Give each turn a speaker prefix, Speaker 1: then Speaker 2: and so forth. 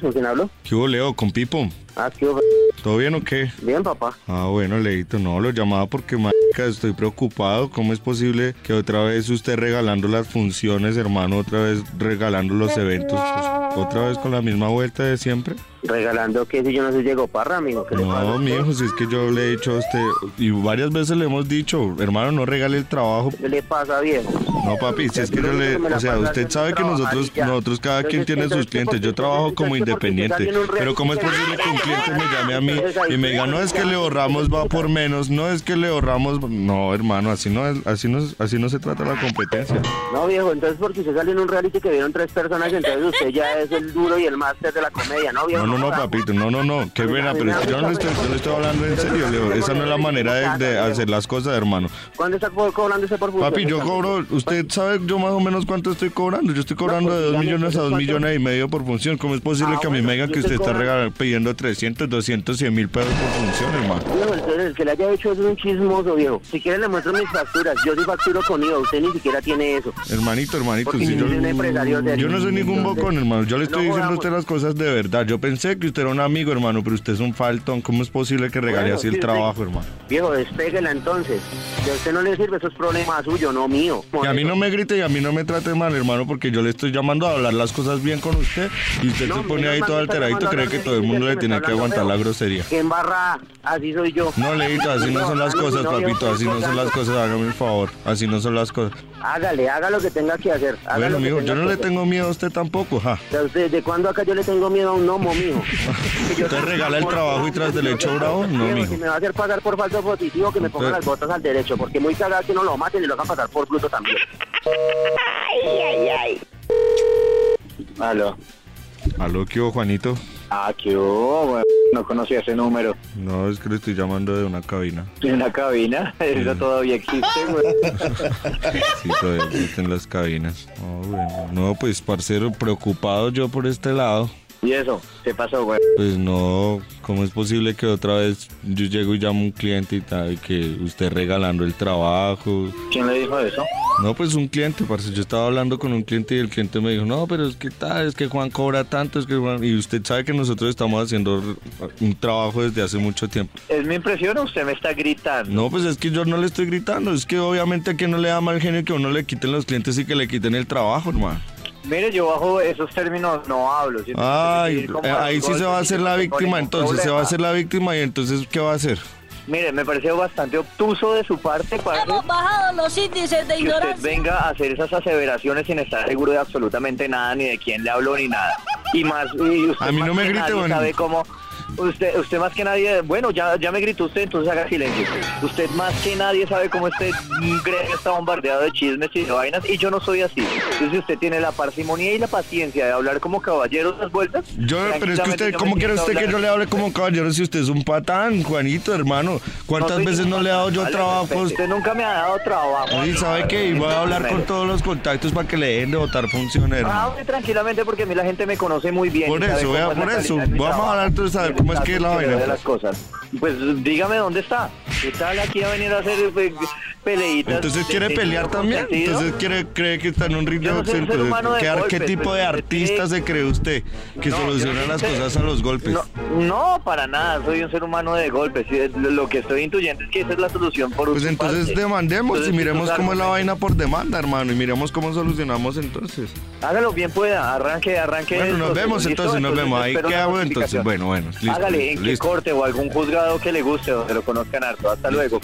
Speaker 1: ¿Con quién hablo?
Speaker 2: ¿Qué hubo, Leo? ¿Con Pipo?
Speaker 1: Ah, qué hubo,
Speaker 2: ¿Todo bien o qué?
Speaker 1: Bien, papá.
Speaker 2: Ah, bueno, Leito, no, lo llamaba porque, marica, estoy preocupado. ¿Cómo es posible que otra vez usted regalando las funciones, hermano, otra vez regalando los eventos? pues, ¿Otra vez con la misma vuelta de siempre?
Speaker 1: ¿Regalando qué si yo no soy Diego Parra, amigo? ¿Qué le
Speaker 2: No,
Speaker 1: pasa?
Speaker 2: mijo, si es que yo le he dicho a usted, y varias veces le hemos dicho, hermano, no regale el trabajo.
Speaker 1: ¿Qué le pasa, viejo?
Speaker 2: No, papi, si es que yo le... O sea, usted sabe que nosotros, nosotros cada quien tiene sus clientes. Yo trabajo como independiente. Pero ¿cómo es posible que un cliente me llame a mí y me diga, no es que le ahorramos va por menos, no es que le ahorramos... No, hermano, así no, es- así no, es- así no se trata la competencia.
Speaker 1: No, viejo, entonces porque usted salió en un reality que vieron tres personas, entonces usted ya es el duro y el máster de la comedia, ¿no, viejo?
Speaker 2: No, no, no,
Speaker 1: Joda.
Speaker 2: papito, no, no, no, qué pena, pero es que yo no le estoy, yo le estoy hablando en serio, Leo. Esa no es la manera de- de hacer las cosas, hermano.
Speaker 1: ¿Cuándo está co- cobrando ese por función?
Speaker 2: Papi, yo cobro, usted sabe yo más o menos cuánto estoy cobrando. Yo estoy cobrando
Speaker 1: pues,
Speaker 2: de 2
Speaker 1: dígame,
Speaker 2: millones a 2
Speaker 1: entonces, ¿cuánto?
Speaker 2: millones y medio por función. ¿Cómo es posible
Speaker 1: Ah,
Speaker 2: que a mí
Speaker 1: bueno,
Speaker 2: me digan
Speaker 1: yo
Speaker 2: que usted
Speaker 1: estoy
Speaker 2: está
Speaker 1: cobrando-
Speaker 2: regalando, pidiendo 300, 200, 100 mil pesos por función, hermano?
Speaker 1: Viejo, entonces el que le haya hecho es un chismoso, viejo. Si quiere le muestro mis facturas. Yo sí facturo con IVA, usted ni siquiera tiene eso.
Speaker 2: Hermanito, hermanito,
Speaker 1: Porque
Speaker 2: Pues si
Speaker 1: yo
Speaker 2: yo,
Speaker 1: soy un empresario serio.
Speaker 2: yo no soy ningún
Speaker 1: Entonces,
Speaker 2: bocón, hermano. Yo le estoy
Speaker 1: no
Speaker 2: diciendo a
Speaker 1: jodamos.
Speaker 2: usted las cosas de verdad. Yo pensé que usted era un amigo, hermano, pero usted es un faltón. ¿Cómo es posible que regale
Speaker 1: Bueno,
Speaker 2: así
Speaker 1: sí,
Speaker 2: el
Speaker 1: usted-
Speaker 2: trabajo, hermano?
Speaker 1: Viejo, despéguela entonces. Si a usted no le sirve, eso es problema suyo, no mío.
Speaker 2: Y a mí no me grite y a mí no me trate mal, hermano, porque yo le estoy llamando a hablar las cosas bien con usted y usted
Speaker 1: No,
Speaker 2: se pone
Speaker 1: menos
Speaker 2: ahí
Speaker 1: mal
Speaker 2: todo
Speaker 1: me está
Speaker 2: alteradito,
Speaker 1: llamando
Speaker 2: cree
Speaker 1: a
Speaker 2: que
Speaker 1: hablar
Speaker 2: todo el
Speaker 1: bien,
Speaker 2: mundo
Speaker 1: que
Speaker 2: le
Speaker 1: me
Speaker 2: tenía
Speaker 1: está
Speaker 2: que
Speaker 1: hablando
Speaker 2: aguantar la
Speaker 1: feo.
Speaker 2: grosería.
Speaker 1: Que embarra, así soy yo.
Speaker 2: No, Leito, así no son las
Speaker 1: No,
Speaker 2: cosas,
Speaker 1: no, no,
Speaker 2: papito,
Speaker 1: yo
Speaker 2: así no son
Speaker 1: estoy
Speaker 2: las cosas, hágame el favor, así no son las cosas.
Speaker 1: Hágale, haga lo que tenga que hacer. haga
Speaker 2: Bueno,
Speaker 1: lo que
Speaker 2: mijo,
Speaker 1: tenga
Speaker 2: yo no
Speaker 1: que
Speaker 2: le
Speaker 1: hacer.
Speaker 2: tengo miedo a usted tampoco, ja.
Speaker 1: O sea, ¿usted, ¿De cuándo acá yo le tengo miedo a un gnomo, mijo? Que yo
Speaker 2: Usted
Speaker 1: soy
Speaker 2: regala el
Speaker 1: un
Speaker 2: trabajo y
Speaker 1: morro.
Speaker 2: tras del hecho bravo, no,
Speaker 1: Viejo,
Speaker 2: mijo.
Speaker 1: Si me va a hacer pagar por falso positivo, que me ponga
Speaker 2: Usted-
Speaker 1: las botas al derecho, porque muy cagada que no lo maten y lo hagan pasar por bruto también. Aló.
Speaker 2: Aló, ¿qué hubo, Juanito?
Speaker 1: Ah, qué hubo, weón. No conocía ese número.
Speaker 2: No, es que le estoy llamando de una cabina.
Speaker 1: ¿Tiene una cabina? Eso todavía existe, güey.
Speaker 2: Sí, todavía existen las cabinas. Ah, bueno. No, pues, parcero, preocupado yo por este lado.
Speaker 1: ¿Y eso? ¿Qué pasó, güey?
Speaker 2: Pues no, ¿cómo es posible que otra vez yo llego y llamo a un cliente y tal, y que usted regalando el trabajo?
Speaker 1: ¿Quién le dijo eso?
Speaker 2: No, pues un cliente, parce. Yo estaba hablando con un cliente y el cliente me dijo, no, pero es que tal, es que Juan cobra tanto, es que Juan... Y usted sabe que nosotros estamos haciendo un trabajo desde hace mucho tiempo.
Speaker 1: ¿Es mi impresión o usted me está gritando?
Speaker 2: No, pues es que yo no le estoy gritando, es que obviamente que no le da mal genio que a uno le quiten los clientes y que le quiten el trabajo, hermano.
Speaker 1: Mire, yo bajo esos términos no hablo. ¿sí?
Speaker 2: Ay,
Speaker 1: Sí, como
Speaker 2: eh, ahí sí
Speaker 1: golpes
Speaker 2: se va a
Speaker 1: y
Speaker 2: hacer
Speaker 1: no
Speaker 2: la
Speaker 1: tengo
Speaker 2: víctima,
Speaker 1: ningún
Speaker 2: entonces se va a
Speaker 1: problema.
Speaker 2: hacer la víctima y entonces ¿qué va a hacer?
Speaker 1: Mire, me pareció bastante obtuso de su parte, parce,
Speaker 3: Hemos bajado los índices de
Speaker 1: que usted
Speaker 3: ignorancia.
Speaker 1: venga a hacer esas aseveraciones sin estar seguro de absolutamente nada, ni de quién le habló, ni nada. Y más, y usted
Speaker 2: A mí
Speaker 1: más
Speaker 2: no me
Speaker 1: que
Speaker 2: grite,
Speaker 1: nadie
Speaker 2: bueno.
Speaker 1: sabe cómo... Usted, usted más que nadie, bueno, ya, ya me gritó usted, entonces haga silencio. Usted más que nadie sabe cómo este gremio está bombardeado de chismes y de vainas, y yo no soy así. Entonces usted tiene la parsimonía y la paciencia de hablar como caballero las vueltas.
Speaker 2: Yo, pero es que
Speaker 1: Tranquilamente
Speaker 2: usted,
Speaker 1: yo me
Speaker 2: ¿cómo quiere
Speaker 1: siento a
Speaker 2: usted que
Speaker 1: hablar.
Speaker 2: yo le hable como caballero si usted es un patán, Juanito, hermano? ¿Cuántas
Speaker 1: soy
Speaker 2: veces no le he dado yo
Speaker 1: Vale,
Speaker 2: trabajo? a
Speaker 1: respete.
Speaker 2: usted?
Speaker 1: Usted nunca me ha dado trabajo.
Speaker 2: Oye, ¿sabe qué? Y voy a hablar con todos los contactos para que le dejen de votar funciones, hermano.
Speaker 1: Hable Ah, tranquilamente porque a mí la gente me conoce muy bien.
Speaker 2: Por
Speaker 1: y sabe
Speaker 2: eso,
Speaker 1: cómo
Speaker 2: vea,
Speaker 1: es la
Speaker 2: por
Speaker 1: calidad
Speaker 2: eso.
Speaker 1: de mi
Speaker 2: Vamos a
Speaker 1: trabajo
Speaker 2: hablar entonces a
Speaker 1: y
Speaker 2: ver
Speaker 1: el
Speaker 2: cómo es que
Speaker 1: estatus
Speaker 2: la
Speaker 1: le
Speaker 2: vaina,
Speaker 1: doy a
Speaker 2: pues.
Speaker 1: las cosas. Pues dígame dónde está. ¿Usted habla aquí a venir a hacer pues, peleitas?
Speaker 2: Entonces
Speaker 1: de-
Speaker 2: quiere
Speaker 1: de-
Speaker 2: pelear
Speaker 1: de-
Speaker 2: también.
Speaker 1: consentido?
Speaker 2: Entonces quiere, cree que está en un ring de
Speaker 1: Yo no soy
Speaker 2: boxeo.
Speaker 1: un ser
Speaker 2: Entonces,
Speaker 1: humano de
Speaker 2: ¿qué, ar- qué
Speaker 1: golpes,
Speaker 2: tipo de
Speaker 1: pero-
Speaker 2: artista se cree usted que
Speaker 1: No,
Speaker 2: soluciona
Speaker 1: yo no
Speaker 2: las
Speaker 1: sé.
Speaker 2: cosas a los golpes?
Speaker 1: No, no, para nada, soy un ser humano de golpes. y es- Lo que estoy intuyendo es que esa es la solución por
Speaker 2: Pues
Speaker 1: su
Speaker 2: entonces
Speaker 1: parte.
Speaker 2: demandemos
Speaker 1: Entonces,
Speaker 2: y miremos
Speaker 1: sus
Speaker 2: cómo es la vaina
Speaker 1: argumentos.
Speaker 2: por demanda, hermano, y miremos cómo solucionamos entonces.
Speaker 1: Hágalo bien pueda, arranque, arranque.
Speaker 2: Bueno,
Speaker 1: el
Speaker 2: nos
Speaker 1: proceso,
Speaker 2: vemos
Speaker 1: ¿listo?
Speaker 2: entonces, nos vemos. Ahí
Speaker 1: espero la
Speaker 2: quedamos entonces.
Speaker 1: notificación.
Speaker 2: Bueno, bueno, listo.
Speaker 1: Hágale en
Speaker 2: listo,
Speaker 1: que
Speaker 2: listo.
Speaker 1: corte o algún juzgado que le guste o que lo conozcan harto. Hasta luego.